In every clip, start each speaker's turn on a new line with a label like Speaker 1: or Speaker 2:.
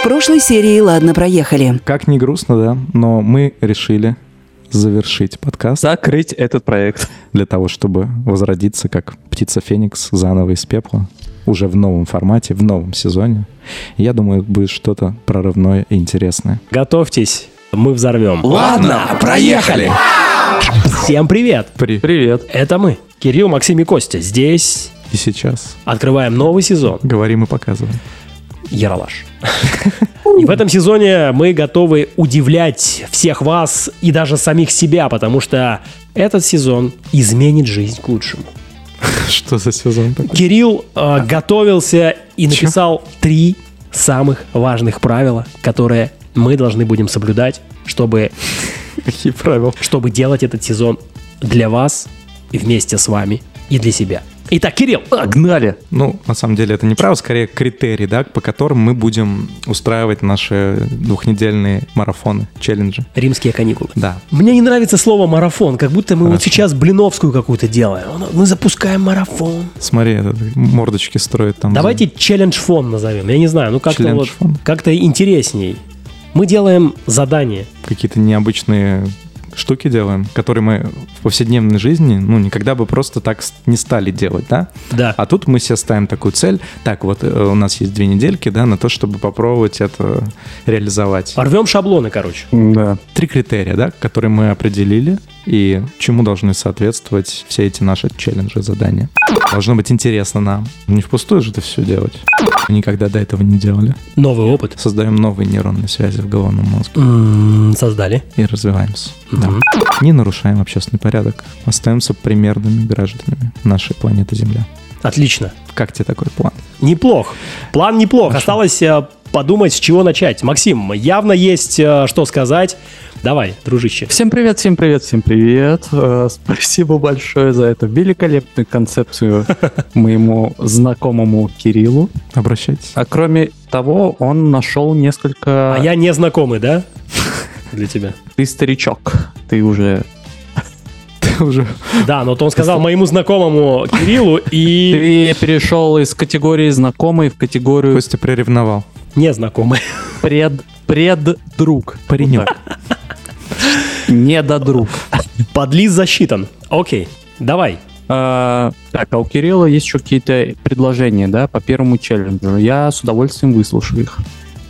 Speaker 1: В прошлой серии «Ладно, проехали».
Speaker 2: Как ни грустно, да, но мы решили завершить подкаст
Speaker 3: закрыть этот проект.
Speaker 2: для того, чтобы возродиться как птица Феникс заново из пепла, уже в новом формате, в новом сезоне. Я думаю, будет что-то прорывное и интересное.
Speaker 4: Готовьтесь, мы взорвем.
Speaker 3: Ладно, проехали!
Speaker 4: Всем привет!
Speaker 2: При
Speaker 3: Привет.
Speaker 4: Это мы, Кирилл, Максим и Костя. Здесь
Speaker 2: и сейчас
Speaker 4: открываем новый сезон
Speaker 2: говорим и показываем.
Speaker 4: «Яралаш». И в этом сезоне мы готовы удивлять всех вас и даже самих себя, потому что этот сезон изменит жизнь к лучшему.
Speaker 2: Что за сезон такой?
Speaker 4: Кирилл э, готовился и написал три самых важных правила, которые мы должны будем соблюдать, чтобы
Speaker 2: Какие правила?
Speaker 4: чтобы делать этот сезон для вас, вместе с вами и для себя. Итак, Кирилл, а,
Speaker 3: Погнали!
Speaker 2: Ну, на самом деле, это не правило, скорее критерий, да, по которым мы будем устраивать наши двухнедельные марафоны, челленджи.
Speaker 4: римские каникулы.
Speaker 2: Да.
Speaker 4: Мне не нравится слово марафон, как будто мы вот сейчас блиновскую какую-то делаем. Ну, Мы запускаем марафон.
Speaker 2: Смотри, этот, мордочки строит там.
Speaker 4: Давайте челлендж-фон назовем. Я не знаю, ну как-то вот
Speaker 2: Челлендж-фон.
Speaker 4: как-то интересней. Мы делаем задание.
Speaker 2: какие-то необычные штуки делаем, которые мы в повседневной жизни, ну, никогда бы просто так с- не стали делать, да?
Speaker 4: Да.
Speaker 2: А тут мы себе ставим такую цель, так, вот э, у нас есть две недельки, да, на то, чтобы попробовать это реализовать. А
Speaker 4: Порвем шаблоны, короче.
Speaker 3: Да.
Speaker 2: Три критерия, да, которые мы определили, и чему должны соответствовать все эти наши челленджи, задания. Должно быть интересно нам. Не впустую же это все делать. Мы Никогда до этого не делали.
Speaker 4: Новый опыт.
Speaker 2: Создаем новые нейронные связи в головном мозге.
Speaker 4: М, создали.
Speaker 2: и развиваемся. Да. Не нарушаем общественный порядок. Остаемся примерными гражданами нашей планеты Земля.
Speaker 4: Отлично.
Speaker 2: Как тебе такой план?
Speaker 4: Неплох. План неплох. Осталось э, подумать, с чего начать. Максим, явно есть э, что сказать. Давай, дружище.
Speaker 3: Всем привет, всем привет, всем привет. Э, Спасибо большое за эту великолепную концепцию моему знакомому Кириллу.
Speaker 2: Обращайтесь.
Speaker 3: А кроме того, он нашел несколько...
Speaker 4: А я не знакомый, да? Для тебя.
Speaker 3: Ты старичок. Ты уже...
Speaker 2: Ты уже
Speaker 4: Да, но то он сказал моему знакомому Кириллу и
Speaker 3: Ты перешел из категории знакомый в категорию
Speaker 2: Костя приревновал.
Speaker 4: незнакомый.
Speaker 3: пред... преддруг.
Speaker 2: Паренек.
Speaker 3: Недодруг.
Speaker 4: Подлиз засчитан. Окей, давай.
Speaker 3: А, Так, а у Кирилла есть еще какие-то предложения, да, по первому челленджу. Я с удовольствием выслушаю их.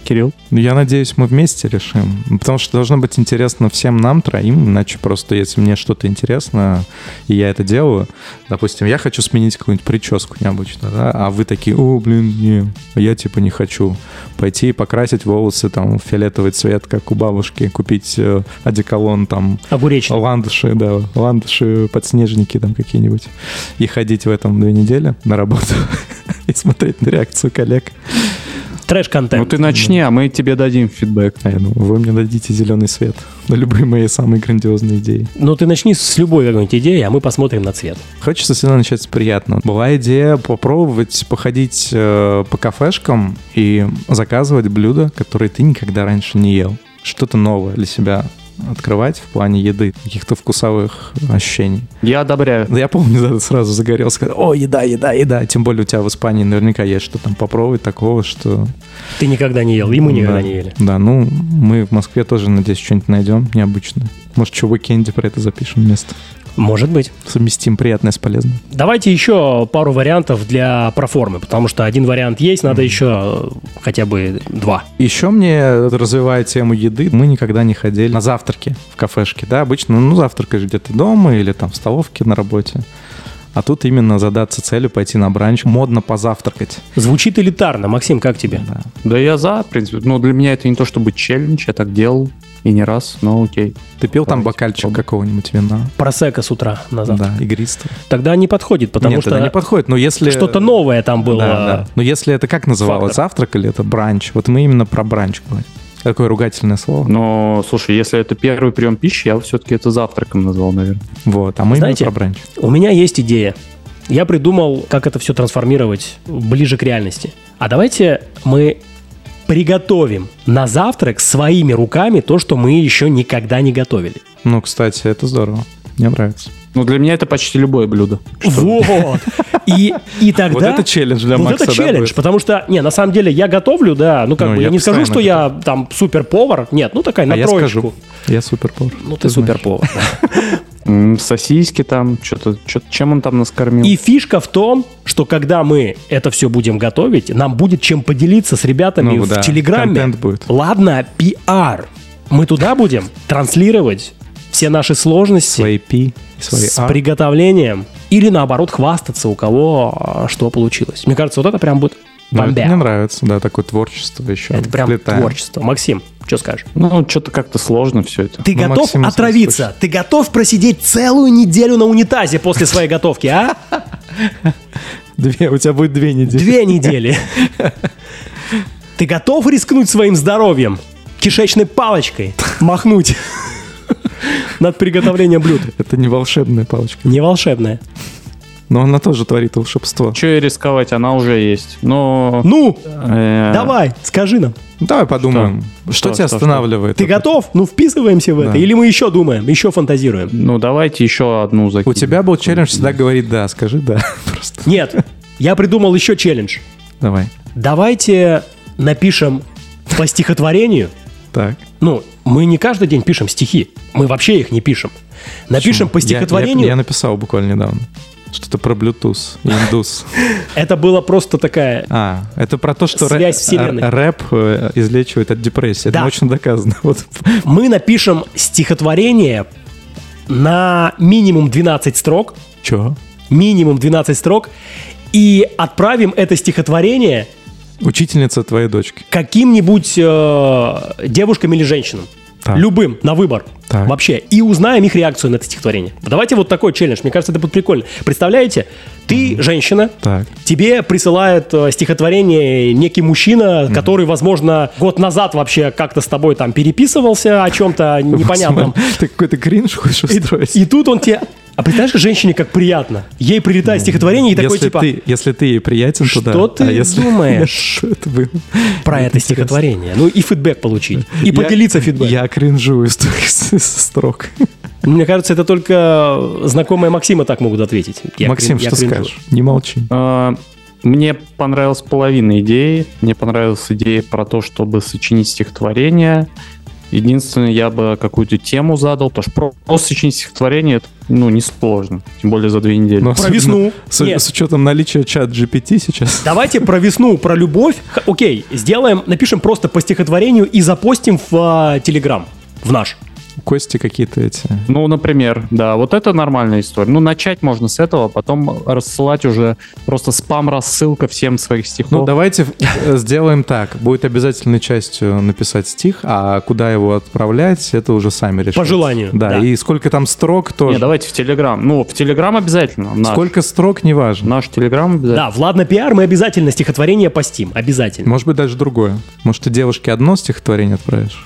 Speaker 3: Кирилл?
Speaker 2: Ну, я надеюсь, мы вместе решим. Потому что должно быть интересно всем нам троим, иначе просто если мне что-то интересно, и я это делаю, допустим, я хочу сменить какую-нибудь прическу необычно, да, а вы такие, о, блин, не, я типа не хочу пойти и покрасить волосы там в фиолетовый цвет, как у бабушки, купить э, одеколон там
Speaker 4: Огуречный.
Speaker 2: ландыши, да, ландыши, подснежники там какие-нибудь, и ходить в этом две недели на работу и смотреть на реакцию коллег.
Speaker 3: Ну
Speaker 4: Трэш-контент.
Speaker 3: ты начни, а мы тебе дадим фидбэк.
Speaker 2: А я думаю, вы мне дадите зеленый свет на любые мои самые грандиозные идеи.
Speaker 4: Ну ты начни с любой какой-нибудь идеи, а мы посмотрим на цвет.
Speaker 2: Хочется всегда начать с приятного. Была идея попробовать походить э, по кафешкам и заказывать блюда, которые ты никогда раньше не ел. Что-то новое для себя открывать в плане еды, каких-то вкусовых ощущений.
Speaker 3: Я одобряю.
Speaker 2: Да Ну, я помню, да, ты сразу загорел, сказал, о, еда, еда, еда. Тем более у тебя в Испании наверняка есть что там попробовать такого, что
Speaker 4: Ты никогда не ел, и мы никогда
Speaker 2: Да.
Speaker 4: не ели.
Speaker 2: Да, ну, мы в Москве тоже, надеюсь, что-нибудь найдем необычное. Может, что, в уикенде про это запишем вместо.
Speaker 4: Может быть.
Speaker 2: Совместим приятное с полезным.
Speaker 4: Давайте еще пару вариантов для проформы, потому что один вариант есть, надо еще э, хотя бы два.
Speaker 2: Еще мне, развивая тему еды, мы никогда не ходили на завтраки в кафешке, да, обычно, ну, завтракаешь где-то дома или там в столовке на работе. А тут именно задаться целью пойти на бранч, модно позавтракать.
Speaker 4: Звучит элитарно. Максим, как тебе?
Speaker 2: Да.
Speaker 3: Да я за, в принципе. Ну, для меня это не то чтобы челлендж, я так делал и не раз, но окей.
Speaker 2: Ты пил там
Speaker 3: Давайте
Speaker 2: бокальчик
Speaker 3: попробуем.
Speaker 2: какого-нибудь вина?
Speaker 4: Просека с утра на завтрак.
Speaker 2: Да, игристого.
Speaker 4: Тогда не подходит, потому
Speaker 2: Нет, это
Speaker 4: что
Speaker 2: не подходит, но если...
Speaker 4: что-то новое там было.
Speaker 2: Да, да. Но если это как называлось, завтрак или это бранч? Вот мы именно про бранч говорим. Какое ругательное слово.
Speaker 3: Но, слушай, если это первый прием пищи, я все-таки это завтраком назвал, наверное.
Speaker 2: Вот, а мы
Speaker 4: Знаете,
Speaker 2: именно про бранч.
Speaker 4: У меня есть идея. Я придумал, как это все трансформировать ближе к реальности. А давайте мы приготовим на завтрак своими руками то, что мы еще никогда не готовили.
Speaker 2: Ну, кстати, это здорово. Мне нравится.
Speaker 3: Ну, для меня это почти любое блюдо.
Speaker 4: Вот. И, и тогда...
Speaker 2: Вот это челлендж для
Speaker 4: вот
Speaker 2: Макса,
Speaker 4: это
Speaker 2: да,
Speaker 4: челлендж,
Speaker 2: будет?
Speaker 4: потому что, не, на самом деле, я готовлю, да, ну как
Speaker 2: Ну,
Speaker 4: бы, я,
Speaker 2: я
Speaker 4: не скажу, что
Speaker 2: постоянно
Speaker 4: я там супер-повар, нет, ну такая, на
Speaker 2: А я
Speaker 4: троечку.
Speaker 2: скажу. Я суперпор.
Speaker 4: Ну ты
Speaker 2: знаешь.
Speaker 4: супер-повар.
Speaker 3: М, Сосиски там, что-то, чем он там нас кормил?
Speaker 4: И фишка в том, что когда мы это все будем готовить, нам будет чем поделиться с ребятами
Speaker 2: Ну
Speaker 4: в
Speaker 2: да,
Speaker 4: Телеграме.
Speaker 2: контент будет.
Speaker 4: Ладно, пиар. Мы туда будем транслировать все наши сложности
Speaker 2: Свои пи, и свои
Speaker 4: с
Speaker 2: а.
Speaker 4: приготовлением или наоборот хвастаться у кого а, что получилось. Мне кажется, вот это прям будет
Speaker 2: Ну, это
Speaker 4: бомбя.
Speaker 2: Мне нравится, да, такое творчество еще.
Speaker 4: Это прям
Speaker 2: Влетаем.
Speaker 4: творчество. Максим, что скажешь?
Speaker 3: Ну, что-то как-то сложно все это.
Speaker 4: Ты
Speaker 2: Ну,
Speaker 4: готов
Speaker 2: Максим из
Speaker 4: отравиться?
Speaker 2: Москвы.
Speaker 4: Ты готов просидеть целую неделю на унитазе после своей готовки, а?
Speaker 2: Две, у тебя будет две недели.
Speaker 4: Две недели. Ты готов рискнуть своим здоровьем? Кишечной палочкой махнуть над приготовлением блюд.
Speaker 2: Это не волшебная палочка.
Speaker 4: Не волшебное.
Speaker 2: Но она тоже творит волшебство.
Speaker 3: Че и рисковать, она уже есть. Но...
Speaker 4: Ну,
Speaker 3: э,
Speaker 4: давай, скажи нам.
Speaker 2: Ну, Давай подумаем. Что,
Speaker 3: Что,
Speaker 2: тебя
Speaker 3: что,
Speaker 2: останавливает?
Speaker 4: Ты
Speaker 2: Это-
Speaker 4: готов? Ну, вписываемся в это.
Speaker 2: Да.
Speaker 4: Или мы еще думаем, еще фантазируем?
Speaker 3: Ну, давайте еще одну закинем.
Speaker 2: У тебя был челлендж всегда говорить «да». Скажи «да». Просто
Speaker 4: Нет, я придумал еще челлендж.
Speaker 2: Ну, давай.
Speaker 4: Давайте напишем по стихотворению.
Speaker 2: Так.
Speaker 4: Ну, мы не каждый день пишем стихи. Мы вообще их не пишем. Напишем по
Speaker 2: Я- я-
Speaker 4: стихотворению.
Speaker 2: Я, написал буквально недавно. Что-то про Bluetooth, индус.
Speaker 4: Это было просто такая
Speaker 2: А, это про то, что рэ-
Speaker 4: Связь вселенной.
Speaker 2: р- рэп э, излечивает от депрессии. Это
Speaker 4: Да.
Speaker 2: научно доказано. Вот.
Speaker 4: Мы напишем стихотворение на минимум 12 строк,
Speaker 2: Чё?
Speaker 4: минимум 12 строк, и отправим это стихотворение
Speaker 2: Учительница твоей дочки.
Speaker 4: каким-нибудь э, девушкам или женщинам.
Speaker 2: Так.
Speaker 4: Любым, на выбор.
Speaker 2: Так.
Speaker 4: Вообще. И узнаем их реакцию на это стихотворение. Давайте вот такой челлендж. Мне кажется, это будет прикольно. Представляете, ты женщина,
Speaker 2: Так.
Speaker 4: Тебе присылает э, стихотворение некий мужчина, который, возможно, год назад вообще как-то с тобой там переписывался о чем-то непонятном.
Speaker 2: Смотри, Ты какой-то кринж хочешь устроить.
Speaker 4: И тут он тебе... А представляешь, женщине как приятно. Ей прилетает стихотворение и такой
Speaker 2: если
Speaker 4: типа
Speaker 2: ты, если ты ей приятен,
Speaker 4: «Что
Speaker 2: то да.
Speaker 4: ты
Speaker 2: а если...
Speaker 4: думаешь
Speaker 2: Что это было?
Speaker 4: про это стихотворение. Ну и фидбэк получить. И
Speaker 2: Я-
Speaker 4: поделиться фидбэком.
Speaker 2: Я кринжую из твоих с- с- строк.
Speaker 4: Мне кажется, это только э, знакомые Максима так могут ответить. Я
Speaker 2: Максим,
Speaker 4: крин- я
Speaker 2: что
Speaker 4: кринжу.
Speaker 2: скажешь? Не молчи.
Speaker 3: Э, Мне понравилась половина идеи. Мне понравилась идея про то, чтобы сочинить стихотворение. Единственное, я бы какую-то тему задал, потому что про- просто сочинить стихотворение это, ну, несложно. Тем более за две недели.
Speaker 4: Ну.
Speaker 2: Но особенно
Speaker 4: весну.
Speaker 2: С,
Speaker 4: Нет.
Speaker 2: с учетом наличия чат GPT сейчас.
Speaker 4: Давайте про весну, про любовь. Х- Окей, сделаем, напишем просто по стихотворению и запостим в э, Телеграм, в наш.
Speaker 2: Кости какие-то эти.
Speaker 3: Ну, например, да, вот это нормальная история. Ну, начать можно с этого, потом рассылать уже просто спам-рассылка всем своих стихов.
Speaker 2: Ну, давайте э, сделаем так. Будет обязательной частью написать стих, а куда его отправлять, это уже сами решите.
Speaker 4: По желанию,
Speaker 2: Да,
Speaker 4: да.
Speaker 2: и сколько там строк тоже.
Speaker 3: Не, давайте в Телеграм. Ну, в Телеграм обязательно. Наш,
Speaker 2: Сколько строк,
Speaker 4: Ну,
Speaker 2: неважно.
Speaker 3: Наш Телеграм обязательно.
Speaker 4: Да, в «Ладно, пиар» мы обязательно стихотворение постим, обязательно.
Speaker 2: Может быть, даже другое. Может, ты девушке одно стихотворение отправишь,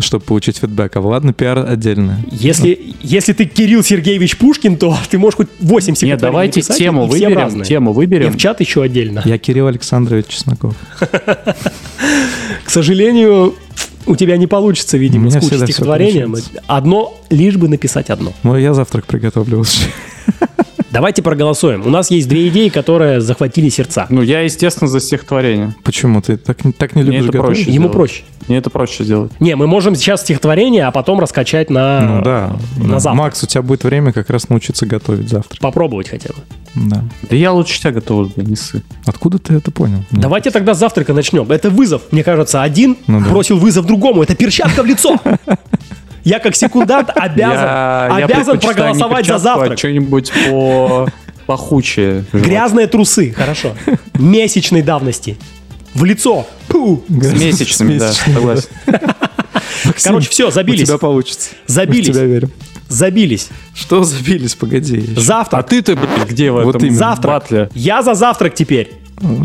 Speaker 2: чтобы получить фидбэк, а ладно, пиар отдельно.
Speaker 4: Если, если ты Кирилл Сергеевич Пушкин, то ты можешь хоть 8
Speaker 3: Нет,
Speaker 4: стихотворений
Speaker 3: давайте
Speaker 4: написать,
Speaker 3: тему
Speaker 4: и всем
Speaker 3: выберем.
Speaker 4: разные.
Speaker 3: Тему
Speaker 4: И
Speaker 3: выберем.
Speaker 4: в чат еще отдельно.
Speaker 2: Я Кирилл Александрович Чесноков.
Speaker 4: К сожалению, у тебя не получится,
Speaker 2: У
Speaker 4: видимо, с
Speaker 2: меня
Speaker 4: кучей
Speaker 2: всегда всё
Speaker 4: стихотворения.
Speaker 2: получается.
Speaker 4: Одно, лишь бы написать одно.
Speaker 2: Ну, я завтрак приготовлю лучше.
Speaker 4: Давайте проголосуем. У нас есть две идеи, которые захватили сердца.
Speaker 3: Ну, я, естественно, за стихотворение.
Speaker 2: Почему? Ты так, не- так не
Speaker 3: Мне
Speaker 2: любишь
Speaker 3: это
Speaker 2: готовить?
Speaker 3: проще.
Speaker 4: Ему
Speaker 3: сделать.
Speaker 4: проще.
Speaker 3: Мне это проще сделать.
Speaker 4: Не, мы можем сейчас стихотворение, а потом раскачать на,
Speaker 2: Ну да.
Speaker 4: на завтра.
Speaker 2: Макс, у тебя будет время как раз научиться готовить завтра.
Speaker 4: Попробовать хотя бы.
Speaker 2: Да.
Speaker 3: Да я лучше тебя готовлю, блин, не ссы.
Speaker 2: Откуда ты это понял? Нет.
Speaker 4: Давайте тогда с завтрака начнем. Это вызов. Мне кажется, один
Speaker 2: Ну да.
Speaker 4: бросил вызов другому. Это перчатка в лицо. Я как секундант обязан,
Speaker 3: Я- я
Speaker 4: обязан
Speaker 3: предпочитаю
Speaker 4: проголосовать
Speaker 3: не
Speaker 4: за
Speaker 3: перчатку, а
Speaker 4: завтрак.
Speaker 3: что-нибудь по... пахучее.
Speaker 4: Грязные трусы, хорошо. Месячной давности. В лицо. Пу.
Speaker 3: С месячными, да,
Speaker 2: месячными,
Speaker 3: согласен.
Speaker 2: Максим,
Speaker 4: Короче, все,
Speaker 2: У
Speaker 4: забились.
Speaker 2: тебя получится.
Speaker 4: Забились.
Speaker 2: Мы в тебя верим.
Speaker 4: Забились.
Speaker 2: Что забились? Погоди. я ещё-
Speaker 3: А
Speaker 4: Завтрак.
Speaker 3: ты-то, блин, где в
Speaker 2: Вот
Speaker 3: этом
Speaker 2: именно.
Speaker 4: Завтрак.
Speaker 3: батле?
Speaker 4: Я за завтрак теперь.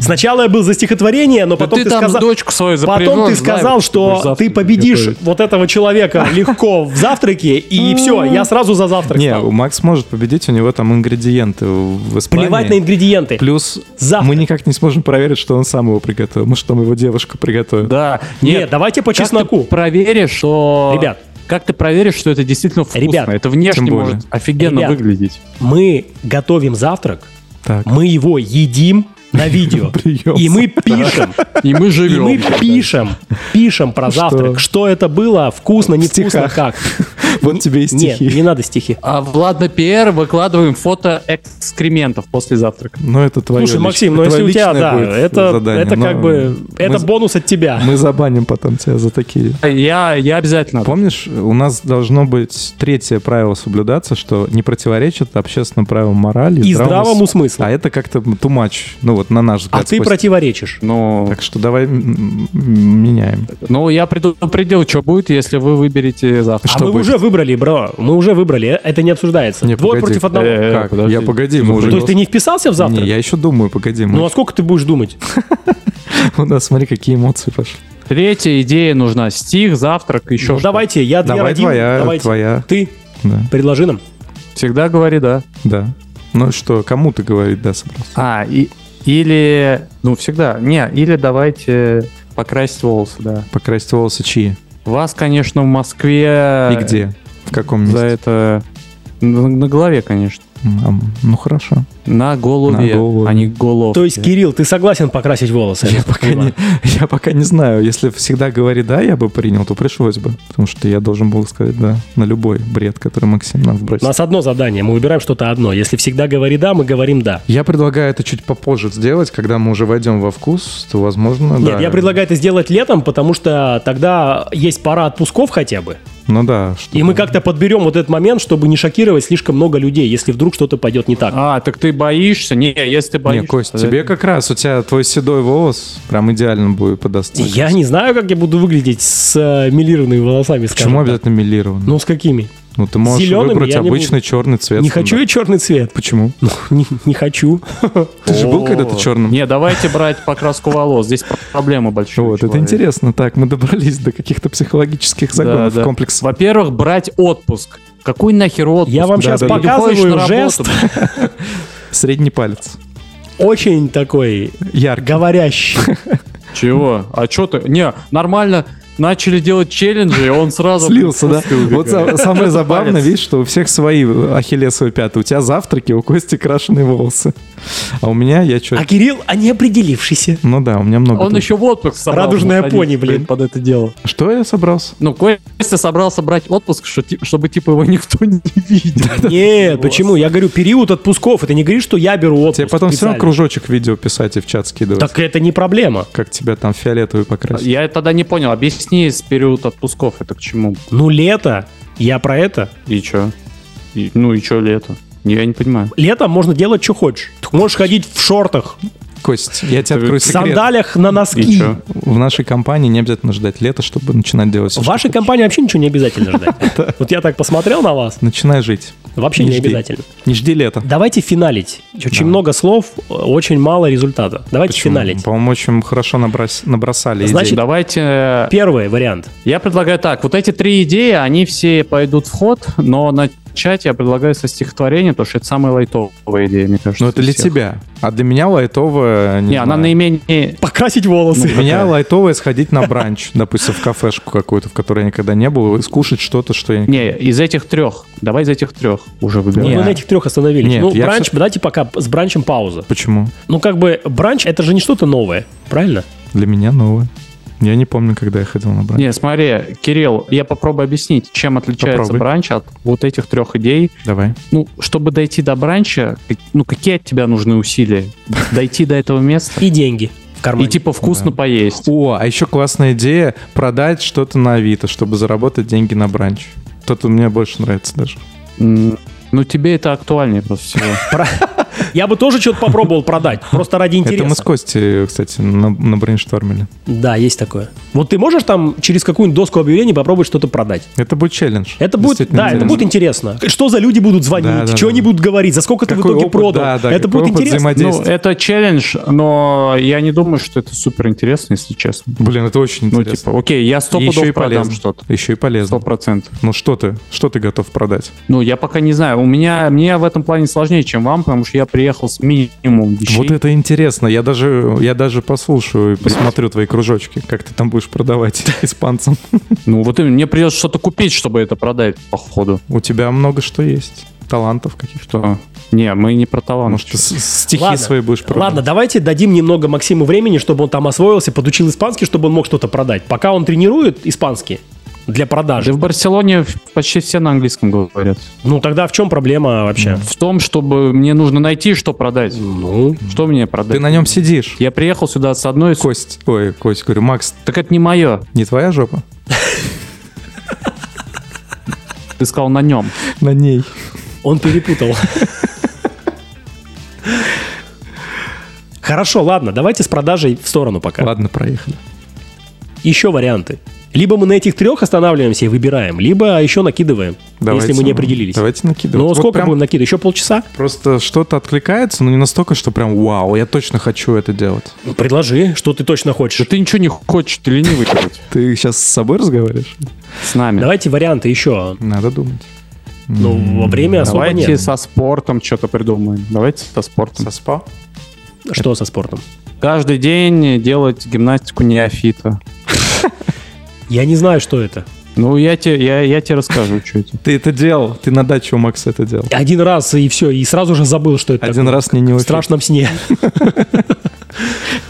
Speaker 4: Сначала я был за стихотворение, но
Speaker 3: Да
Speaker 4: потом
Speaker 3: ты
Speaker 4: ты,
Speaker 3: там
Speaker 4: сказал...
Speaker 3: дочку свою запряжешь.
Speaker 4: Потом ты сказал, что ты победишь вот этого человека легко в завтраке, и все, я сразу за завтрак
Speaker 2: Не,
Speaker 4: стал.
Speaker 2: Макс может победить, у него там ингредиенты в Испании.
Speaker 4: Плевать на ингредиенты.
Speaker 2: Плюс
Speaker 4: Завтрак.
Speaker 2: мы никак не сможем проверить, что он сам его приготовил. Может, там его девушка приготовила.
Speaker 3: Да.
Speaker 4: Нет, давайте по
Speaker 3: Как ты
Speaker 4: чесноку.
Speaker 3: проверишь, что...
Speaker 4: Ребят,
Speaker 3: Как ты проверишь, что это действительно вкусно?
Speaker 4: Ребят,
Speaker 3: это внешне
Speaker 2: тем более.
Speaker 3: может офигенно
Speaker 4: Ребят.
Speaker 3: выглядеть.
Speaker 4: Мы готовим завтрак,
Speaker 2: Так.
Speaker 4: мы его едим на видео.
Speaker 2: Прием.
Speaker 4: И мы пишем,
Speaker 3: И мы
Speaker 4: и
Speaker 3: живем.
Speaker 4: мы пишем, пишем про
Speaker 2: Что?
Speaker 4: завтрак. Что это было, вкусно,
Speaker 2: В
Speaker 4: невкусно,
Speaker 2: стихах.
Speaker 4: как.
Speaker 2: Вот тебе и
Speaker 4: Нет,
Speaker 2: стихи.
Speaker 4: не надо стихи.
Speaker 3: А в Ладно Пиэр выкладываем фото экскрементов после завтрака.
Speaker 2: Ну, это твое
Speaker 4: Слушай,
Speaker 2: лич-
Speaker 4: Максим, ну
Speaker 2: твое
Speaker 4: если у тебя,
Speaker 2: личное
Speaker 4: да,
Speaker 2: будет
Speaker 4: это,
Speaker 2: задание,
Speaker 4: это
Speaker 2: но
Speaker 4: как бы, это
Speaker 2: мы-
Speaker 4: бонус от тебя.
Speaker 2: Мы забаним потом тебя за такие.
Speaker 3: Я, я обязательно.
Speaker 2: А Помнишь, у нас должно быть третье правило соблюдаться, что не противоречит общественным правилам морали
Speaker 4: И
Speaker 2: здравому
Speaker 4: здравому
Speaker 2: с-
Speaker 4: смыслу.
Speaker 2: А это как-то too much, ну вот на наш взгляд.
Speaker 4: А ты
Speaker 2: Костя.
Speaker 4: противоречишь.
Speaker 3: Но,
Speaker 2: Так что давай м, м, меняем.
Speaker 3: но я предупредил, что будет, если вы выберете завтрак.
Speaker 4: а мы
Speaker 2: будет?
Speaker 4: уже выбрали, бро. Мы уже выбрали. э, Это не обсуждается.
Speaker 2: Не,
Speaker 4: Двое
Speaker 2: погоди.
Speaker 4: против одного.
Speaker 3: Э,
Speaker 2: Как?
Speaker 3: подожди.
Speaker 2: Я погоди, мы уже...
Speaker 4: То есть ты не вписался в завтрак?
Speaker 2: Не, я еще думаю, погоди. мы-
Speaker 4: Ну а сколько ты будешь думать?
Speaker 2: У нас, смотри, какие эмоции пошли.
Speaker 3: Третья идея нужна. Стих, завтрак, еще
Speaker 4: Ну,
Speaker 3: что.
Speaker 4: давайте, я я
Speaker 2: Давай
Speaker 4: один,
Speaker 2: твоя,
Speaker 4: давайте.
Speaker 2: твоя.
Speaker 4: Ты
Speaker 2: Да,
Speaker 4: предложи нам.
Speaker 3: Всегда говори «да».
Speaker 2: да. Ну что, кому ты говорить, да, собрался?
Speaker 3: А, и, или... Ну, всегда. Не, или давайте покрасить волосы, да.
Speaker 2: Покрасить волосы чьи?
Speaker 3: Вас, конечно, в Москве...
Speaker 2: И где? В каком месте?
Speaker 3: За это... На, на голове, конечно.
Speaker 2: Ам, Ну хорошо.
Speaker 3: На голове,
Speaker 2: На голове.
Speaker 3: а не голове.
Speaker 4: То есть, Кирилл, ты согласен покрасить волосы?
Speaker 2: Я пока, не, я пока не знаю. Если всегда говори «да», я бы принял, то пришлось бы. Потому что я должен был сказать «да» на любой бред, который Максим нам
Speaker 4: У
Speaker 2: вбросил.
Speaker 4: нас одно задание, мы выбираем что-то одно. Если всегда говори «да», мы говорим «да».
Speaker 2: Я предлагаю это чуть попозже сделать, когда мы уже войдем во вкус, то, возможно,
Speaker 4: Нет,
Speaker 2: Ну да.
Speaker 4: я предлагаю это сделать летом, потому что тогда есть пара отпусков хотя бы.
Speaker 2: Ну да. что-
Speaker 4: И мы как-то подберем вот этот момент, чтобы не шокировать слишком много людей, если вдруг что-то пойдет не так.
Speaker 3: А, так ты боишься? Не, если ты
Speaker 2: Не,
Speaker 3: боишься...
Speaker 2: Кость,
Speaker 3: то-
Speaker 2: тебе как раз, у тебя твой седой волос прям идеально будет подостать.
Speaker 4: Я не знаю, как я буду выглядеть с э, мелированными волосами, скажем
Speaker 2: Почему
Speaker 4: так.
Speaker 2: обязательно милированный? Ну,
Speaker 4: Ну, с какими?
Speaker 2: ты можешь
Speaker 4: зелеными
Speaker 2: выбрать
Speaker 4: я не
Speaker 2: обычный черный цвет.
Speaker 4: не хочу я черный цвет.
Speaker 2: Почему?
Speaker 4: Ну, не, не хочу.
Speaker 2: Ты же был
Speaker 3: О.
Speaker 2: когда-то черным?
Speaker 3: Не, давайте брать покраску волос. Здесь проблема большая.
Speaker 2: Вот, это
Speaker 3: человек.
Speaker 2: интересно. Так, мы добрались до каких-то психологических загонов
Speaker 3: да.
Speaker 2: комплекса.
Speaker 3: Во-первых, брать отпуск. Какой нахер отпуск?
Speaker 4: Я вам
Speaker 2: Да,
Speaker 4: сейчас
Speaker 2: да, да.
Speaker 4: показываю
Speaker 3: Ты ходишь на
Speaker 4: жест
Speaker 3: работу.
Speaker 2: Средний палец.
Speaker 4: очень такой
Speaker 2: Ярко.
Speaker 4: говорящий.
Speaker 3: Чего? А что ты? Не, нормально. Начали делать челленджи, и он сразу...
Speaker 2: Слился, да?
Speaker 3: отпуск и
Speaker 2: Вот за-
Speaker 3: убегает.
Speaker 2: самое забавное,
Speaker 3: палец?
Speaker 2: видишь, что у всех свои э, ахиллесовые пятые. У тебя завтраки, у Кости крашеные волосы. А у меня я что?
Speaker 4: А Кирилл, а не определившийся.
Speaker 2: Ну да, у меня много.
Speaker 3: Он
Speaker 2: тут.
Speaker 3: еще в отпуск собрался.
Speaker 4: Радужная
Speaker 3: ходить,
Speaker 4: пони, блин.
Speaker 3: Под это дело.
Speaker 2: Что я собрался?
Speaker 3: Ну, Костя собрался брать отпуск, что ти- чтобы, типа, его никто не видел.
Speaker 4: Нет,
Speaker 3: Вот.
Speaker 4: почему? Я говорю, период отпусков. Это не говоришь, что я беру отпуск.
Speaker 2: Тебе потом все равно
Speaker 4: Ну, специально.
Speaker 2: кружочек видео писать и в чат скидывать.
Speaker 4: Так это не проблема.
Speaker 2: Как тебя там фиолетовый покрасить.
Speaker 3: Я тогда не понял. Объясни с период отпусков это к чему.
Speaker 4: Ну, лето. Я про это.
Speaker 3: И чё? И- Ну и чё лето? Я не понимаю.
Speaker 4: Летом можно делать, что хочешь. Ты можешь ходить в шортах,
Speaker 2: Кость, я тебе
Speaker 3: Ты-
Speaker 2: открою
Speaker 4: в
Speaker 2: секрет.
Speaker 4: сандалях на
Speaker 3: И
Speaker 4: носки.
Speaker 3: чё?
Speaker 2: В нашей компании не обязательно ждать лета, чтобы начинать делать всё,
Speaker 4: В
Speaker 2: что
Speaker 4: вашей
Speaker 2: хочешь.
Speaker 4: компании вообще ничего не обязательно ждать. Вот я так посмотрел на вас.
Speaker 2: Начинай жить.
Speaker 4: Вообще
Speaker 2: Не
Speaker 4: не
Speaker 2: жди.
Speaker 4: обязательно.
Speaker 2: Не жди лета.
Speaker 4: Давайте финалить. Очень
Speaker 2: Да.
Speaker 4: много слов, очень мало результата. Давайте
Speaker 2: Почему?
Speaker 4: финалить.
Speaker 2: По-моему, очень хорошо наброс- набросали
Speaker 4: Значит,
Speaker 2: идеи.
Speaker 3: Давайте... э,
Speaker 4: Первый вариант.
Speaker 3: Я предлагаю так. Вот эти три идеи, они все пойдут в ход, но начать я предлагаю со стихотворения, потому что это самая лайтовая идея, мне кажется.
Speaker 2: Но Ну, это для
Speaker 3: из всех.
Speaker 2: тебя. А для меня лайтовая...
Speaker 3: Не, она
Speaker 2: знаю.
Speaker 3: наименее...
Speaker 4: Покрасить волосы.
Speaker 2: Для меня лайтовое сходить на бранч, допустим, в кафешку какую-то, в которой я никогда не был, и скушать что-то, что я...
Speaker 3: Не, из этих трех. Давай из этих трех уже
Speaker 4: Вот
Speaker 3: выбираем.
Speaker 4: Мы
Speaker 2: Не.
Speaker 4: на этих трех остановились.
Speaker 2: Нет,
Speaker 4: ну,
Speaker 2: я
Speaker 4: бранч,
Speaker 2: всё-
Speaker 4: давайте пока с бранчем пауза.
Speaker 2: Почему?
Speaker 4: Ну, как бы, бранч это же не что-то новое, правильно?
Speaker 2: Для меня новое. Я не помню, когда я ходил на бранч.
Speaker 3: Не, смотри, Кирилл, я попробую объяснить, чем отличается
Speaker 2: Попробуй.
Speaker 3: бранч от вот этих трех идей.
Speaker 2: Давай.
Speaker 3: Ну, чтобы дойти до бранча, как- ну, какие от тебя нужны усилия? Дойти до этого места
Speaker 4: И деньги в кармане.
Speaker 3: и, типа, вкусно поесть.
Speaker 2: О, а еще классная идея продать что-то на Авито, чтобы заработать деньги на бранч. Тот мне больше нравится даже.
Speaker 3: М, Ну, тебе это актуальнее просто всего.
Speaker 4: Я бы тоже что-то попробовал продать, просто ради интереса.
Speaker 2: Это мы с Костей, кстати, на, на брейнштормили.
Speaker 4: Да, есть такое. Вот ты можешь там через какую-нибудь доску объявлений попробовать что-то продать?
Speaker 2: Это будет челлендж.
Speaker 4: Это будет,
Speaker 2: Действительно
Speaker 4: да, это
Speaker 2: интересно.
Speaker 4: будет интересно. Что за люди будут звонить,
Speaker 2: Да, да,
Speaker 4: что
Speaker 2: да.
Speaker 4: они будут говорить, за сколько ты в
Speaker 2: Какой
Speaker 4: итоге
Speaker 2: опыт,
Speaker 4: продал.
Speaker 2: да, да,
Speaker 4: это
Speaker 2: какой
Speaker 4: будет
Speaker 2: опыт
Speaker 4: интересно. э,
Speaker 2: взаимодействия.
Speaker 3: Ну, это челлендж, но я не думаю, что это супер интересно, если честно.
Speaker 2: Блин, это очень
Speaker 3: Ну,
Speaker 2: интересно.
Speaker 3: типа, окей, я сто
Speaker 2: И еще и
Speaker 3: пудов продам
Speaker 2: полезно.
Speaker 3: что-то.
Speaker 2: Еще и
Speaker 3: Сто
Speaker 2: полезно.
Speaker 3: процентов.
Speaker 2: Ну что ты? Что ты готов продать?
Speaker 3: Ну, я пока не знаю. У меня, мне в этом плане сложнее, чем вам, потому что я приехал с минимумом вещей.
Speaker 2: Вот это интересно. Я даже, я даже послушаю и посмотрю твои кружочки, как ты там будешь продавать испанцам.
Speaker 3: Ну вот именно, мне придется что-то купить, чтобы это продать, походу.
Speaker 2: У тебя много что есть. Талантов каких-то.
Speaker 3: А, Не, мы не про талант.
Speaker 2: Может, ты
Speaker 3: чё.
Speaker 2: с- стихи
Speaker 4: Ладно,
Speaker 2: свои будешь продавать.
Speaker 4: Ладно, давайте дадим немного Максиму времени, чтобы он там освоился, подучил испанский, чтобы он мог что-то продать. Пока он тренирует испанский для
Speaker 3: Да
Speaker 4: продажи.
Speaker 3: в Барселоне почти все на английском говорят.
Speaker 4: Ну тогда в чем проблема вообще?
Speaker 3: В том, чтобы мне нужно найти, что продать.
Speaker 4: Ну,
Speaker 3: Что мне продать?
Speaker 2: Ты на нем сидишь.
Speaker 3: Я приехал сюда с одной... с-
Speaker 2: Кость, ой, Кость, говорю, Макс,
Speaker 3: Так это не мое.
Speaker 2: не твоя жопа?
Speaker 3: Ты сказал на нем.
Speaker 2: На ней.
Speaker 4: он перепутал. Хорошо, ладно, давайте с продажей в сторону пока.
Speaker 2: Ладно, проехали.
Speaker 4: Еще варианты. Либо мы на этих трех останавливаемся и выбираем, либо еще накидываем,
Speaker 2: Давайте,
Speaker 4: если мы не определились.
Speaker 2: Давайте накидывать.
Speaker 4: Ну,
Speaker 2: Вот
Speaker 4: сколько
Speaker 2: прям
Speaker 4: будем накидывать? Еще полчаса?
Speaker 2: Просто что-то откликается, но не настолько, что прям вау, я точно хочу это делать.
Speaker 4: Ну, Предложи, что ты точно
Speaker 3: Да
Speaker 4: хочешь.
Speaker 3: ты ничего не хочешь, ты ленивый блядь,
Speaker 2: Ты сейчас с собой разговариваешь?
Speaker 3: с нами.
Speaker 4: Давайте варианты еще.
Speaker 2: Надо думать.
Speaker 4: Ну, во время особо
Speaker 3: Давайте
Speaker 4: нет.
Speaker 3: со спортом что-то придумаем. Давайте со спортом.
Speaker 2: Со спа?
Speaker 4: Что со спортом?
Speaker 3: Каждый день делать гимнастику неофита.
Speaker 4: Я не знаю, что это.
Speaker 3: Ну, я тебе, я, я тебе расскажу, что это.
Speaker 2: Ты это делал, ты на даче у Макса это делал.
Speaker 4: Один раз и все, и сразу же забыл, что это
Speaker 2: Один
Speaker 4: такое.
Speaker 2: раз мне не
Speaker 4: в
Speaker 2: очень.
Speaker 4: страшном сне.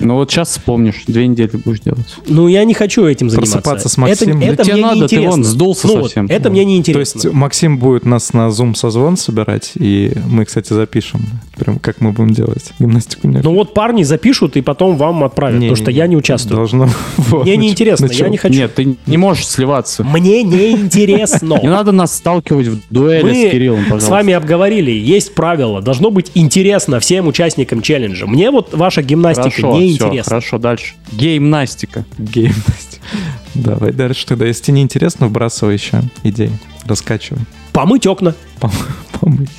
Speaker 3: Ну, вот сейчас вспомнишь, две недели будешь делать.
Speaker 4: Ну, я не хочу этим заниматься.
Speaker 2: Просыпаться с Максимом.
Speaker 4: Это,
Speaker 2: Да
Speaker 4: это
Speaker 3: тебе
Speaker 4: мне не
Speaker 3: надо, ты
Speaker 4: интересно.
Speaker 3: вон сдулся
Speaker 4: Ну вот,
Speaker 3: совсем. э,
Speaker 4: это мне не
Speaker 2: То
Speaker 4: интересно.
Speaker 2: есть Максим будет нас на Zoom созвон собирать, и мы, кстати, запишем, прям как мы будем делать гимнастику. не-
Speaker 4: Ну вот парни запишут и потом вам отправят,
Speaker 2: Не,
Speaker 4: потому что
Speaker 2: не,
Speaker 4: я
Speaker 2: не.
Speaker 4: не участвую.
Speaker 2: Должно. Вот,
Speaker 4: Мне не
Speaker 2: нач-
Speaker 4: интересно, я
Speaker 2: начало.
Speaker 4: не хочу.
Speaker 3: Нет, ты не можешь сливаться.
Speaker 4: Мне не интересно.
Speaker 3: Не надо нас сталкивать в дуэли
Speaker 4: Мы
Speaker 3: с Кириллом, пожалуйста.
Speaker 4: с вами обговорили, есть правило, должно быть интересно всем участникам челленджа. Мне вот ваша гимнастика
Speaker 3: Хорошо,
Speaker 4: не
Speaker 3: всё,
Speaker 4: интересна.
Speaker 3: хорошо, дальше. Геймнастика.
Speaker 2: Геймность. Давай дальше тогда. Если тебе не интересно, вбрасывай еще идеи. Раскачивай.
Speaker 4: Помыть окна.
Speaker 2: Пом- Помыть.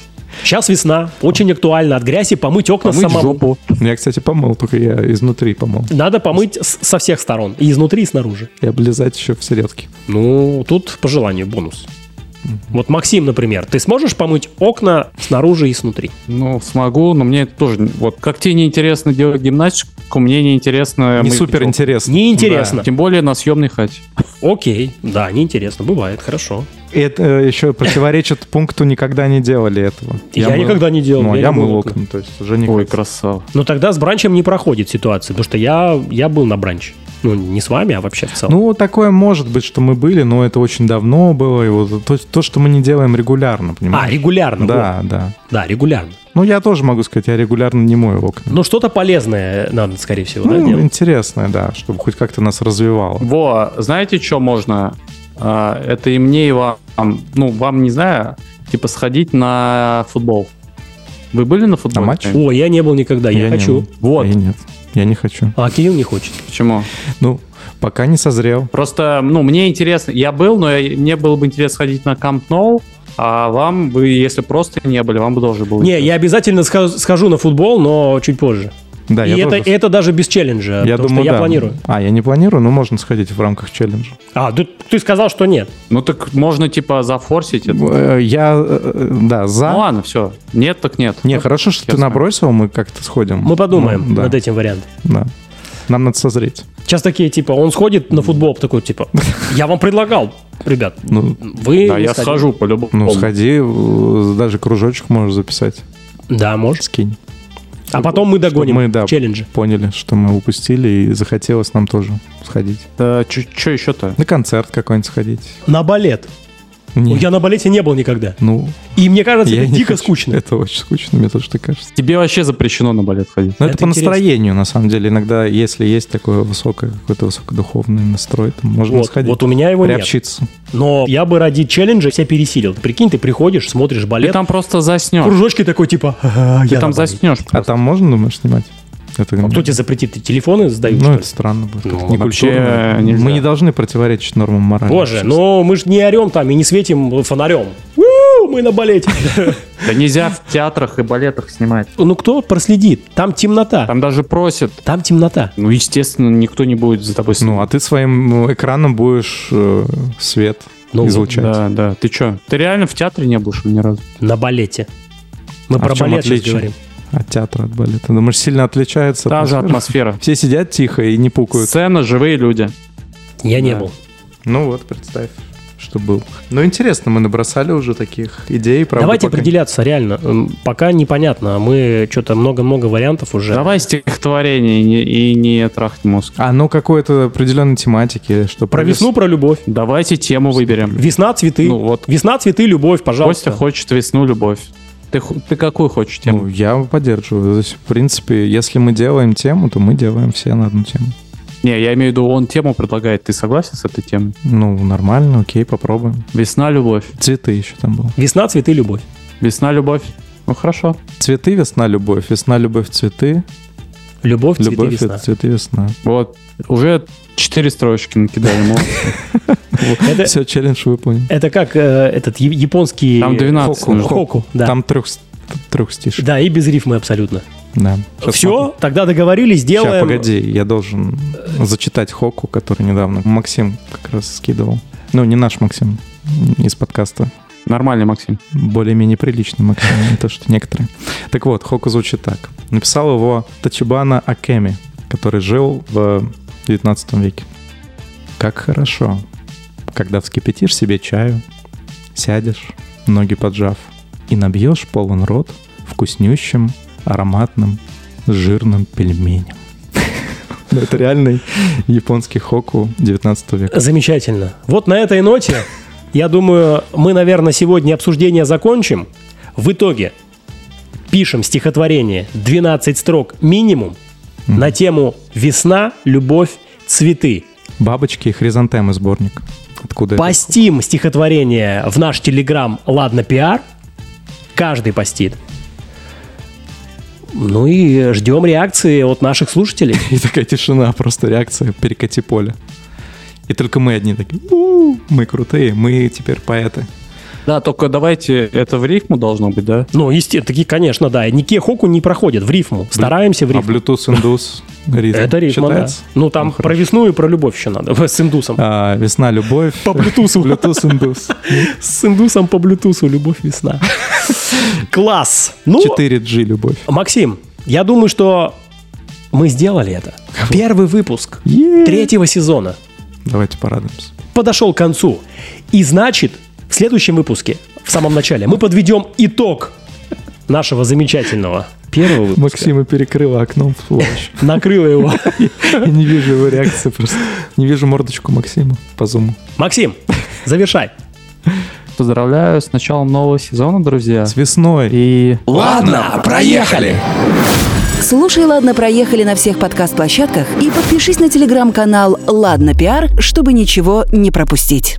Speaker 4: Сейчас весна, очень актуально от грязи помыть окна
Speaker 3: Помыть
Speaker 4: самому.
Speaker 3: жопу.
Speaker 2: Ну, Я, кстати, помыл, только я изнутри помыл.
Speaker 4: Надо помыть с- со всех сторон, и изнутри, и снаружи.
Speaker 2: И облизать еще в середке.
Speaker 4: Ну, тут по желанию бонус. Вот Максим, например, ты сможешь помыть окна снаружи и снутри?
Speaker 3: Ну, смогу, но мне это тоже... не- Вот как тебе неинтересно делать гимнастику, мне неинтересно...
Speaker 2: Не
Speaker 3: мыть
Speaker 2: супер
Speaker 3: жопу.
Speaker 2: интересно.
Speaker 4: А Неинтересно.
Speaker 3: Тем более на съемной хате.
Speaker 4: Окей, да, неинтересно, бывает, хорошо.
Speaker 2: Это э, еще противоречит пункту «никогда не делали этого».
Speaker 4: Я,
Speaker 2: мыл.
Speaker 4: никогда не делал.
Speaker 2: Ну, а я
Speaker 4: не
Speaker 2: мыл окна, то есть уже не...
Speaker 3: Ой, красава.
Speaker 4: Но тогда с бранчем не проходит ситуация, потому что я, я был на бранче. Ну, не с вами, а вообще в целом.
Speaker 2: Ну, такое может быть, что мы были, но это очень давно было. И вот то, то, что мы не делаем регулярно,
Speaker 4: а,
Speaker 2: понимаешь?
Speaker 4: регулярно. вот.
Speaker 2: да, да.
Speaker 4: Да, регулярно.
Speaker 2: Ну, я тоже могу сказать, я регулярно не мою окна.
Speaker 4: Но что-то полезное надо, скорее всего, Ну, да,
Speaker 2: Ну,
Speaker 4: делать.
Speaker 2: интересное, да, чтобы хоть как-то нас развивало.
Speaker 3: Во, знаете, что можно? А, Это и мне, и вам. Ну, вам не знаю. Типа сходить на футбол. Вы были на футболе?
Speaker 2: матч?
Speaker 3: Э,
Speaker 4: О, я не был никогда, я,
Speaker 2: не-
Speaker 4: хочу.
Speaker 3: Вот.
Speaker 2: ну, Я нет, я не хочу.
Speaker 4: А Кирилл не хочет.
Speaker 3: Почему?
Speaker 2: Ну, пока не созрел.
Speaker 3: Просто, ну, мне интересно. Я был, но я- мне было бы интересно сходить на Camp Nou, а вам, вы, если просто не были, вам бы должен был.
Speaker 4: Не, я обязательно схо- схожу на футбол, но чуть позже.
Speaker 2: Да,
Speaker 4: и
Speaker 2: я
Speaker 4: это,
Speaker 2: тоже-
Speaker 4: это даже без челленджа,
Speaker 2: Я
Speaker 4: потому
Speaker 2: думаю,
Speaker 4: что я
Speaker 2: да.
Speaker 4: планирую.
Speaker 2: А, я не планирую, но можно сходить в рамках челленджа.
Speaker 4: А, да ты сказал, что нет.
Speaker 3: Ну, так можно, типа, зафорсить это.
Speaker 2: Э, Я, э, да, за.
Speaker 3: Ну, ладно, все. Нет, так нет.
Speaker 2: Не, хорошо, что ты
Speaker 3: Честно.
Speaker 2: набросил, мы как-то сходим.
Speaker 4: Мы подумаем
Speaker 2: Ну, да,
Speaker 4: над этим вариантом.
Speaker 2: да. Нам надо созреть.
Speaker 4: Сейчас такие, типа, он сходит на футбол, такой, типа, я вам предлагал, ребят,
Speaker 2: Ну,
Speaker 4: вы...
Speaker 3: Да,
Speaker 4: не
Speaker 3: я
Speaker 4: сходили».
Speaker 3: схожу по-любому.
Speaker 2: ну сходи, э, даже кружочек можешь записать.
Speaker 4: Да, может.
Speaker 2: Скинь.
Speaker 4: А потом мы догоним
Speaker 2: мы, да.
Speaker 4: челленджи.
Speaker 2: Поняли, что мы упустили, и захотелось нам тоже сходить.
Speaker 3: Да, что еще-то?
Speaker 2: На концерт какой-нибудь сходить.
Speaker 4: На балет.
Speaker 2: Не,
Speaker 4: Я на балете не был никогда.
Speaker 2: Ну,
Speaker 4: И мне кажется,
Speaker 2: я
Speaker 4: это
Speaker 2: не
Speaker 4: дико
Speaker 2: хочу.
Speaker 4: скучно.
Speaker 2: Это очень скучно, мне тоже так кажется.
Speaker 3: Тебе вообще запрещено на балет ходить.
Speaker 2: Но это,
Speaker 4: Это
Speaker 2: по
Speaker 4: интересно.
Speaker 2: настроению, на самом деле. Иногда, если есть такое высокое, какой-то высокодуховный настрой, то можно
Speaker 4: Вот,
Speaker 2: сходить.
Speaker 4: вот у меня его нет.
Speaker 2: приобщиться.
Speaker 4: Но я бы ради челленджа себя пересилил. Ты прикинь, ты приходишь, смотришь
Speaker 3: Ты
Speaker 4: балет,
Speaker 3: там просто заснешь.
Speaker 4: кружочки такой типа, «Ага,
Speaker 3: Ты
Speaker 4: я
Speaker 3: там
Speaker 4: на балете».
Speaker 3: заснешь.
Speaker 2: А там можно, думаешь, снимать? Это
Speaker 4: А кто тебе запретит? Ты телефоны сдаешь,
Speaker 2: Ну,
Speaker 4: что
Speaker 2: это
Speaker 4: ли?
Speaker 2: странно будет.
Speaker 4: Ну,
Speaker 2: как-то некультурно.
Speaker 3: вообще нельзя.
Speaker 2: Мы не должны противоречить нормам морали.
Speaker 4: Боже,
Speaker 2: ну...
Speaker 4: ну мы же не орем там и не светим фонарем. У, Мы на балете.
Speaker 3: Да нельзя в театрах и балетах снимать.
Speaker 4: Ну кто проследит? Там темнота.
Speaker 3: Там даже просят.
Speaker 4: Там темнота.
Speaker 3: Ну, естественно, никто не будет за тобой
Speaker 2: а ты своим ну, экраном будешь э, свет
Speaker 4: Ну,
Speaker 2: излучать.
Speaker 3: Да, да. Ты что? Ты реально в театре не был, что ли, ни разу?
Speaker 4: На балете. Мы
Speaker 2: А
Speaker 4: про
Speaker 2: в чем
Speaker 4: балет сейчас
Speaker 2: отличие?
Speaker 4: говорим.
Speaker 2: от театра, от балета? Думаешь, сильно отличается?
Speaker 3: Та же
Speaker 2: атмосфера?
Speaker 3: атмосфера.
Speaker 2: Все сидят тихо и не пукают.
Speaker 3: Сцена, живые люди.
Speaker 4: Я не
Speaker 2: Да.
Speaker 4: был.
Speaker 2: Ну вот, представь, что был. Ну, интересно, мы набросали уже таких идей. Правда,
Speaker 4: Давайте
Speaker 2: пока-
Speaker 4: определяться, реально. М, Пока непонятно. а Мы что-то много-много вариантов уже.
Speaker 3: Давай стихотворение и не, и не трахать мозг.
Speaker 2: А, ну, какой-то определенной тематики. или Что
Speaker 4: Про весну, про любовь.
Speaker 3: Давайте тему выберем.
Speaker 4: Весна, цветы.
Speaker 3: Ну вот.
Speaker 4: Весна, цветы, любовь,
Speaker 3: Костя
Speaker 4: пожалуйста.
Speaker 3: хочет весну, любовь. Ты, ху- ты какую хочешь
Speaker 2: Ну,
Speaker 3: тему?
Speaker 2: я поддерживаю. То есть, в принципе, если мы делаем тему, то мы делаем все на одну тему.
Speaker 3: Не, я имею в виду, он тему предлагает. Ты согласен с этой темой?
Speaker 2: Ну, нормально, окей, попробуем.
Speaker 3: Весна, любовь.
Speaker 2: Цветы еще там было.
Speaker 4: Весна, цветы, любовь.
Speaker 3: Весна, любовь. Ну хорошо.
Speaker 2: Цветы, весна, любовь. Весна, любовь, цветы.
Speaker 4: Любовь, цветы,
Speaker 2: любовь,
Speaker 4: весна.
Speaker 2: это цветы, весна.
Speaker 3: Вот. Уже четыре строчки накидали. молодцы.
Speaker 4: Это,
Speaker 2: Все, челлендж выполнен.
Speaker 4: это как э, этот я- японский...
Speaker 3: Там 12
Speaker 4: хоку.
Speaker 3: нужно.
Speaker 4: Хоку, да.
Speaker 2: Там трех, трех стиш.
Speaker 4: Да, и без рифмы абсолютно.
Speaker 2: Да. Щас
Speaker 4: Все,
Speaker 2: могу.
Speaker 4: тогда договорились,
Speaker 2: Ща,
Speaker 4: делаем.
Speaker 2: погоди, я должен зачитать Хоку, который недавно Максим как раз скидывал. Ну, не наш Максим из подкаста.
Speaker 3: Нормально, Максим.
Speaker 2: Более-менее приличный Максим, не то, что некоторые. Так вот, Хоку звучит так. Написал его Тачибана Акеми, который жил в 19 веке. Как хорошо, когда вскипятишь себе чаю, сядешь, ноги поджав, и набьешь полон рот вкуснющим, ароматным, жирным пельменем. Ну, Это реальный японский хоку 19 века.
Speaker 4: Замечательно. Вот на этой ноте, я думаю, мы, наверное, сегодня обсуждение закончим. В итоге пишем стихотворение 12 строк минимум на тему «Весна, любовь, цветы».
Speaker 2: Бабочки и хризантемы сборник. Откуда это?
Speaker 4: Постим стихотворение в наш телеграм «Ладно, пиар». Каждый постит. Ну и ждем реакции от наших слушателей.
Speaker 2: И такая тишина, просто реакция, перекати поле. И только мы одни такие, «У, мы крутые, мы теперь поэты.
Speaker 3: Да, только давайте, это в рифму должно быть, да?
Speaker 4: Ну, естественно, такие, конечно, да. Нике Хоку не проходят в рифму. Стараемся в
Speaker 2: А
Speaker 4: рифму.
Speaker 2: Bluetooth, индус, ритм
Speaker 4: Это рифма, да.
Speaker 2: Э, считается?
Speaker 4: Ну, там
Speaker 2: Ну,
Speaker 4: про весну и про любовь еще надо. С индусом.
Speaker 2: А, весна, любовь.
Speaker 4: По блютусу.
Speaker 2: Bluetooth, индус.
Speaker 4: С индусом по блютусу. Любовь, весна. Класс. Ну,
Speaker 2: 4G любовь.
Speaker 4: Максим, я думаю, что мы сделали это. Первый выпуск
Speaker 2: Е-е-е.
Speaker 4: третьего сезона
Speaker 2: Давайте порадуемся.
Speaker 4: подошел к концу. И значит, в следующем выпуске, в самом начале, мы подведем итог нашего замечательного первого выпуска.
Speaker 2: Максима перекрыла окном в плащ.
Speaker 4: Накрыло его.
Speaker 2: Я не вижу его реакции просто. Не вижу мордочку Максима по зуму.
Speaker 4: Максим, завершай.
Speaker 3: Поздравляю с началом нового сезона, друзья.
Speaker 2: С весной.
Speaker 3: И
Speaker 5: Ладно, проехали.
Speaker 1: Слушай, ладно, проехали на всех подкаст-площадках и подпишись на телеграм-канал Ладно Пиар, чтобы ничего не пропустить.